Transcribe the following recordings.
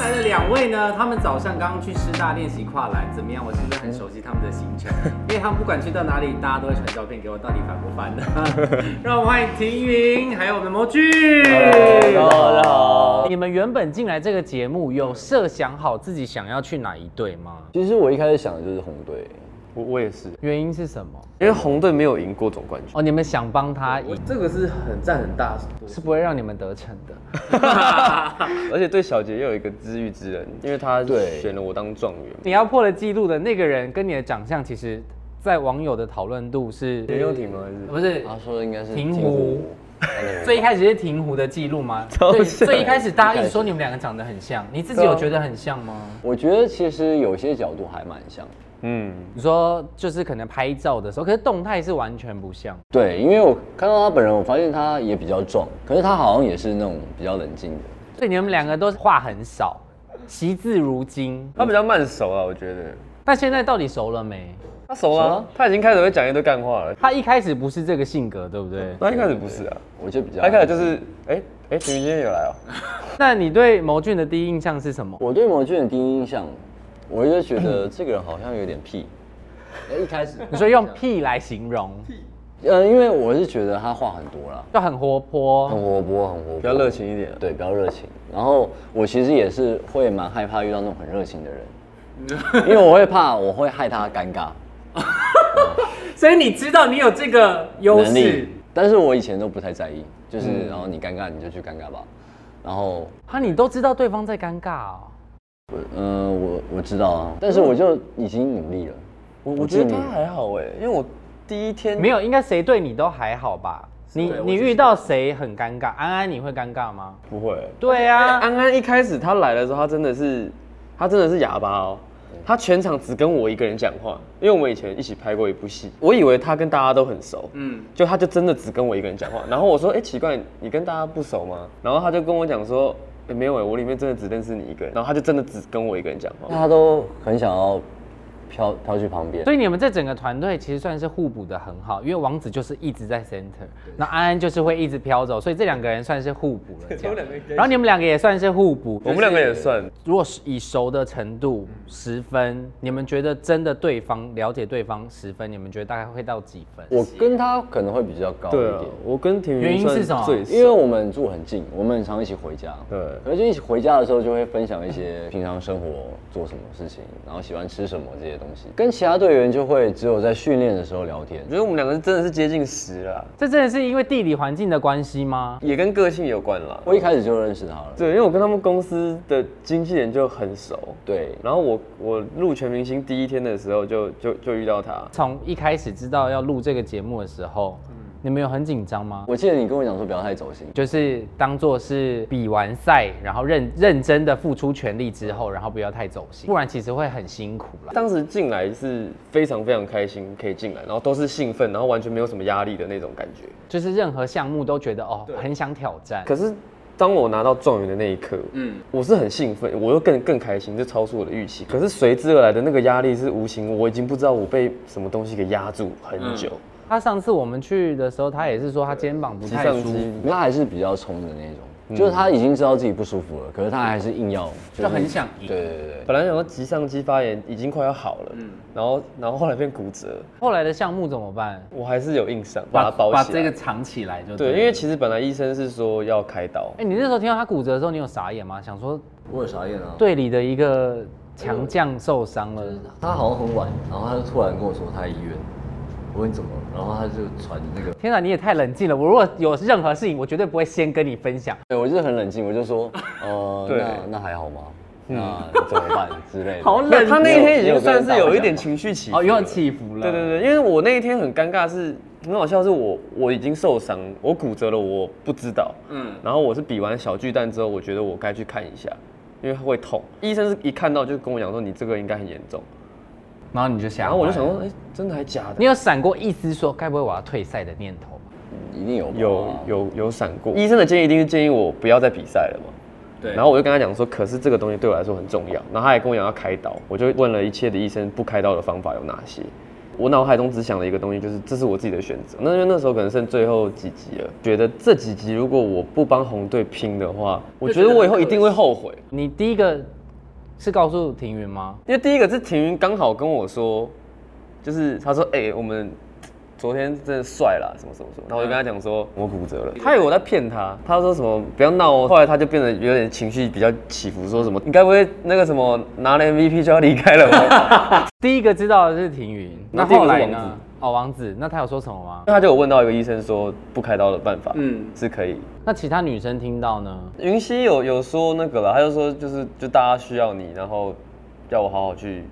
来的两位呢，他们早上刚刚去师大练习跨栏，怎么样？我现在很熟悉他们的行程，因为他们不管去到哪里，大家都会传照片给我，到底烦不烦呢？ 让我们欢迎婷云，还有我们的模具。哎哎大家好。你们原本进来这个节目有设想好自己想要去哪一队吗？其实我一开始想的就是红队，我我也是，原因是什么？因为红队没有赢过总冠军。哦，你们想帮他赢，这个是很占很大，是不会让你们得逞的。 而且对小杰又有一个知遇之恩，因为他对选了我当状元。你要破了记录的那个人跟你的长相，其实，在网友的讨论度是袁又廷吗？还是不啊是他说的应该是平湖湖？ 最一开始是平湖的记录 吗？超对，像最一开始大家一直说你们两个长得很像，你自己有觉得很像吗？我觉得其实有些角度还蛮像的，嗯，你说就是可能拍照的时候，可是动态是完全不像。对，因为我看到他本人，我发现他也比较壮，可是他好像也是那种比较冷静的。所以你们两个都话很少，惜字如金。他比较慢熟啊，我觉得那现在到底熟了没？他熟了、他已经开始会讲一堆干话了。他一开始不是这个性格，对不 对？他一开始不是啊，我就比较，他一开始就是，哎、哎，婷、云今天有来哦、那你对毛俊的第一印象是什么？我对某俊的第一印象，我就觉得这个人好像有点屁。 一开始，你说用屁来形容，呃，因为我是觉得他话很多啦，就很活很泼。活泼，很活泼，比较热情一点啊。对，比较热情。然后我其实也是会蛮害怕遇到那种很热情的 人，因为我会怕我会害他尴尬所以你知道你有这个优能力势，，但是我以前都不太在意，就是、嗯然后你尴尬你就去尴尬吧，然后啊，你都知道对方在尴尬哦。我嗯、我我知道啊，但是我就已经努力了，我我我觉觉得得他他还好哎、因为我第一天没有，应该谁对你都还好吧？你你遇到谁很尴尬？安安，你会尴尬吗？不会。对啊，安安一开始他来的时候，他真的是，他真的是哑巴哦。他全场只跟我一个人讲话，因为我们以前一起拍过一部戏，我以为他跟大家都很熟，嗯，就他就真的只跟我一个人讲话。然后我说，哎、奇怪，你跟大家不熟吗？然后他就跟我讲说，哎、没有哎、我里面真的只认识你一个人。然后他就真的只跟我一个人讲话。他都很想要飘飘去旁边，所以你们这整个团队其实算是互补的很好，因为王子就是一直在 center，那安安就是会一直飘走，所以这两个人算是互补了。这样然后你们两个也算是互补。 我们两个也算，如果是以熟的程度十分，你们觉得真的对方了解对方十分，你们觉得大概会到几分？我跟他可能会比较高一对啊点。，我跟田原云因算是什么最因为我们住很近，我们很常一起回家。对可是就一起回家的时候，就会分享一些平常生活做什么事情，然后喜欢吃什么这些东西。跟其他队员就会只有在训练的时候聊天我。觉得我们两个真的是接近十了啊，这真的是因为地理环境的关系吗？也跟个性有关啦。我一开始就认识他了，对，因为我跟他们公司的经纪人就很熟，对，然后我我入全明星第一天的时候就就就遇到他，从一开始知道要录这个节目的时候，嗯你们有很紧张吗？我记得你跟我讲说不要太走心，就是当做是比完赛，然后认认真的付出全力之后，然后不要太走心，不然其实会很辛苦啦。当时进来是非常非常开心可以进来，然后都是兴奋，然后完全没有什么压力的那种感觉。就是任何项目都觉得哦，很想挑战。可是当我拿到状元的那一刻，嗯嗯，我是很兴奋，我又更更开心，这超出我的预期。可是随之而来的那个压力是无形，我已经不知道我被什么东西给压住很久。他上次我们去的时候，他也是说他肩膀不急太上舒服，机，他嗯还是比较冲的那种，就是他已经知道自己不舒服了，可是他还是硬要，就就很想对赢。对对对。本来想说急上肌发炎已经快要好了，嗯，然后然后后来变骨折，后来的项目怎么办？我还是有硬伤，把啊它包起来。把这个藏起来就对，对。因为其实本来医生是说要开刀哎、，你那时候听到他骨折的时候，你有傻眼吗？想说我有傻眼啊，队里的一个强将受伤了，他好像很晚，然后他就突然跟我说他在医院，我问你怎么了，然后他就传那个，天哪，你也太冷静了。我如果有任何事情，我绝对不会先跟你分享。对我就是很冷静，我就说， 呃，对那那还好吗？那怎么办 之类的。好冷没有他那一天已你有经跟算是有一大家讲点吗情绪起伏哦，又了要起伏了。对对对，因为我那一天很尴尬是，很好笑，是我我已经受伤，我骨折了，我不知道。嗯嗯，然后我是比完小巨蛋之后，我觉得我该去看一下，因为会痛。医生是一看到就跟我讲说你这个应该很严重，然后你就想，然后我就想说，哎、真的还假你的？有闪过一丝说，该不会我要退赛的念头吧？一定有吧有有有闪过。医生的建议一定是建议我不要再比赛了嘛。对然后我就跟他讲说，可是这个东西对我来说很重要。然后他还跟我讲要开刀，我就问了一切的医生不开刀的方法有哪些。我脑海中只想了一个东西，就是这是我自己的选择。那因为那时候可能剩最后几集了，觉得这几集如果我不帮红队拼的话，我觉得我以后一定会后悔。你第一个是告诉庭云吗？因为第一个是庭云刚好跟我说，就是他说，哎、我们昨天真的帅啦，什么什么什么，然后我就跟他讲说嗯我骨折了，他以为我在骗他，他说什么不要闹哦，后来他就变得有点情绪比较起伏，说什么你该不会那个什么拿了 MVP 就要离开了 吧？第一个知道的是庭云，那那第一个后是来王子？呢？哦，王子，那他有说什么吗因为他就有问到一个医生说不开刀的办法，嗯嗯，是可以。那其他女生听到呢？云溪有有说那个了，他就说就是就大家需要你，然后要我好好去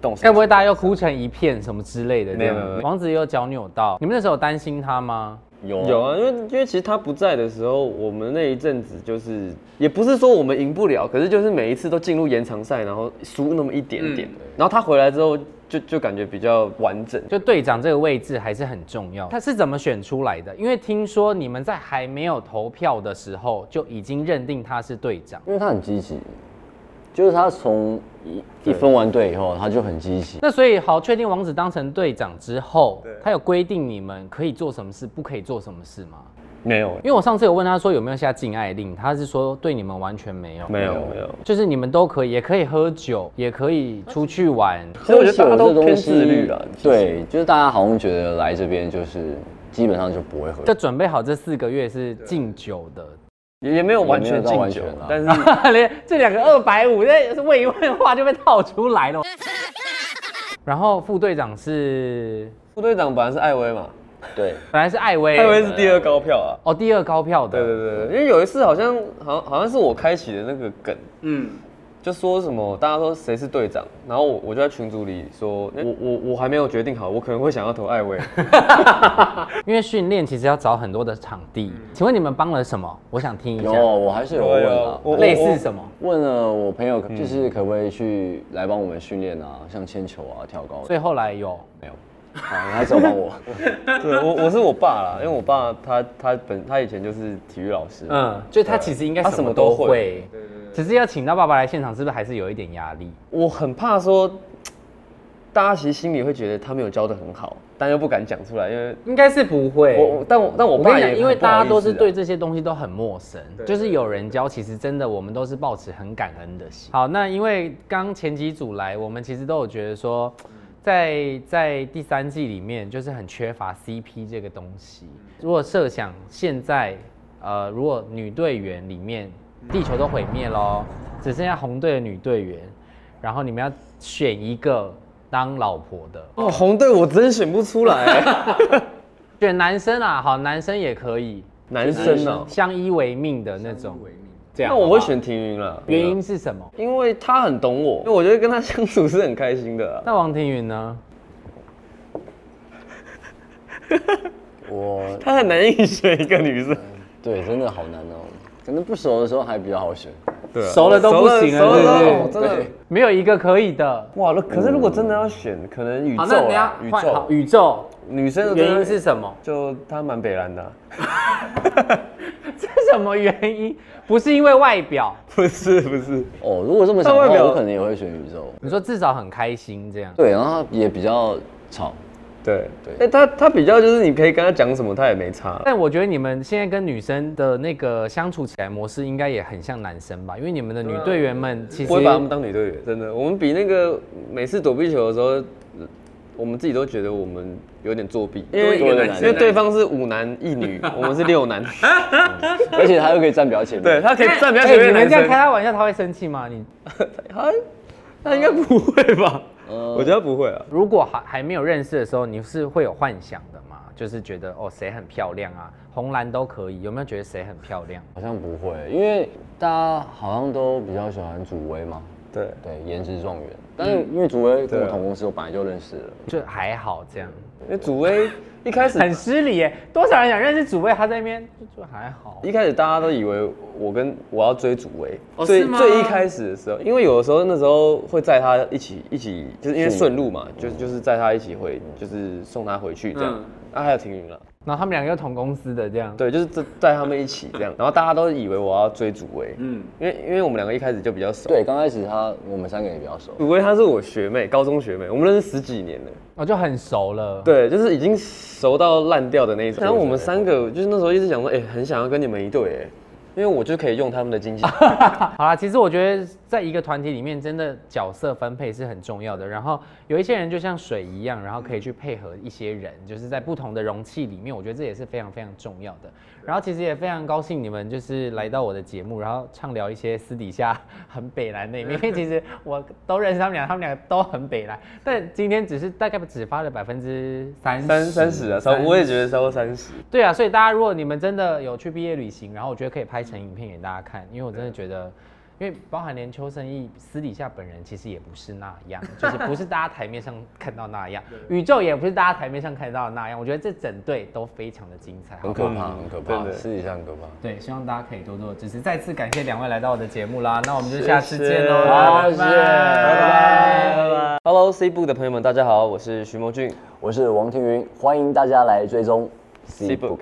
动手。该不会大家又哭成一片什么之类的？没有这样没有没有王子也有脚扭到，你们那时候有担心他吗？有啊有啊，因为因为其实他不在的时候，我们那一阵子就是也不是说我们赢不了，可是就是每一次都进入延长赛，然后输那么一点点。然后他回来之后就就感觉比较完整。就队长这个位置还是很重要。他是怎么选出来的？因为听说你们在还没有投票的时候就已经认定他是队长。因为他很积极，就是他从一一分完队以后，他就很积极。那所以好，确定王子当成队长之后对，他有规定你们可以做什么事，不可以做什么事吗？没有因为我上次有问他说有没有下禁爱令，他是说对你们完全没有，没有没有，就是你们都可以，也可以喝酒，也可以出去玩。所以我觉得大家喝都酒这偏东西自律了。其实，对，就是大家好像觉得来这边就是基本上就不会喝就准备好这四个月是禁酒的，也也没有完全也没有到禁完酒全啊，但是 连这两个二百五，那问一问话就被套出来了。 然后副队长是副队长本来是艾薇嘛，对，本来是艾薇，艾薇是第二高票啊。哦第二高票对的，对对，对因为有一次好像好像好像是我开启的那个梗，嗯，就说什么大家说谁是队长，然后我我就在群组里说，我我我还没有决定好，我可能会想要投 艾薇。因为训练其实要找很多的场地。请问你们帮了什么？我想听一下有，我还是有问啊，我嗯类似什么？问了我朋友就是可不可以去来帮我们训练啊，像铅球啊、跳高所以后来有没有，好，他只有 帮我。对我我是我爸啦，因为我爸他他本他以前就是体育老师，嗯，嗯，就他其实应该他什什么么都都会会，只是要请到爸爸来现场，是不是还是有一点压力？我很怕说，大家其实心里会觉得他没有教的很好，但又不敢讲出来，因为应该是不会。我我但我但我我跟爸你也讲，因为很不大好家都意思是啊对这些东西都很陌生，对就是有人教，其实真的我们都是抱持很感恩的心。好，那因为刚前几组来，我们其实都有觉得说，在在第三季里面就是很缺乏 CP 这个东西。如果设想现在，呃，如果女队员里面地球都毁灭喽，只剩下红队的女队员，然后你们要选一个当老婆的，哦红队我真选不出 来，选男生啊，好，男生也可以。男生呢？相依为命的那种。这那我会选庭云了，原因是什么？因为他很懂我，因为我觉得跟他相处是很开心的啊、那王庭云呢？我他很难硬选一个女生，对，真的好难哦，可能不熟的时候还比较好选。对啊熟了都不行了熟了对哦不对真的对没有一个可以的。哇，那可是如果真的要选，可能宇宙好，那你啦要宇换宙好宇宙，女生的原真的因是什 么？就他蛮北蓝的啊、 这什么原因？不是因为外表，不是不是，哦，如果这么想但的外话，表我可能也会选宇宙。你说至少很开心这样。对，然后他也比较吵，对对对，哎、他他比较就是你可以跟他讲什么，他也没差。但我觉得你们现在跟女生的那个相处起来模式，应该也很像男生吧？因为你们的女队员们其实啊哎不会把他们当女队员，真的。我们比那个每次躲避球的时候，呃我们自己都觉得我们有点作弊，因为多一个男因生为对方是五男一女，我们是六男，而且他又可以站比较前面。 对他可以站比较哎前你面的们这样男开生。他玩笑，他会生气吗？你他哎他应该不会吧？呃我觉得不会啊。如果还还没有认识的时候，你是会有幻想的吗？就是觉得哦，谁很漂亮啊，红蓝都可以。有没有觉得谁很漂亮？好像不会，因为大家好像都比较喜欢主威嘛，对，对，颜值状元。但是因为主威跟对我啊同公司，我本来就认识了。就还好这样。因为主威一开始很失礼耶。多少人想认识主位，他在那边就就还好。一开始大家都以为我跟我要追主威，哦最是吗最一开始的时候，因为有的时候那时候会载他一起一起，就是因为顺路嘛，就就是载他一起回，就是送他回去这样嗯。啊，还有停云了，然后他们两个又同公司的这样，对，就是这带他们一起这样，然后大家都以为我要追主威，嗯，因为因为我们两个一开始就比较熟。对，刚开始他我们三个也比较熟，主威她是我学妹，高中学妹，我们认识十几年了。我哦就很熟了。对，就是已经熟到烂掉的那一种。然后我们三个就是那时候一直想说，哎、很想要跟你们一对，哎，因为我就可以用他们的经 济。好啦，其实我觉得在一个团体里面，真的角色分配是很重要的。然后有一些人就像水一样，然后可以去配合一些人，就是在不同的容器里面，我觉得这也是非常非常重要的。然后其实也非常高兴你们就是来到我的节目，然后畅聊一些私底下很北蓝的一 面，因为其实我都认识他们俩，他们俩都很北蓝，但今天只是大概只发了百分之三 三三十啊，超我也觉得超过三十。对啊，所以大家如果你们真的有去毕业旅行，然后我觉得可以拍成影片给大家看，因为我真的觉得，因为包含连邱胜义私底下本人其实也不是那样，就是不是大家台面上看到那样， 宇宙也不是大家台面上看到的那样，我觉得这整对都非常的精彩。很可怕，很可嗯真怕，的私底下很可怕。对，希望大家可以多多的支持。再次感谢两位来到我的节目啦，那我们就下次见喽，好谢谢拜拜拜拜拜。Hello C 部的朋友们，大家好，我是徐谋俊。我是王庭云，欢迎大家来追踪 C C-Book Book。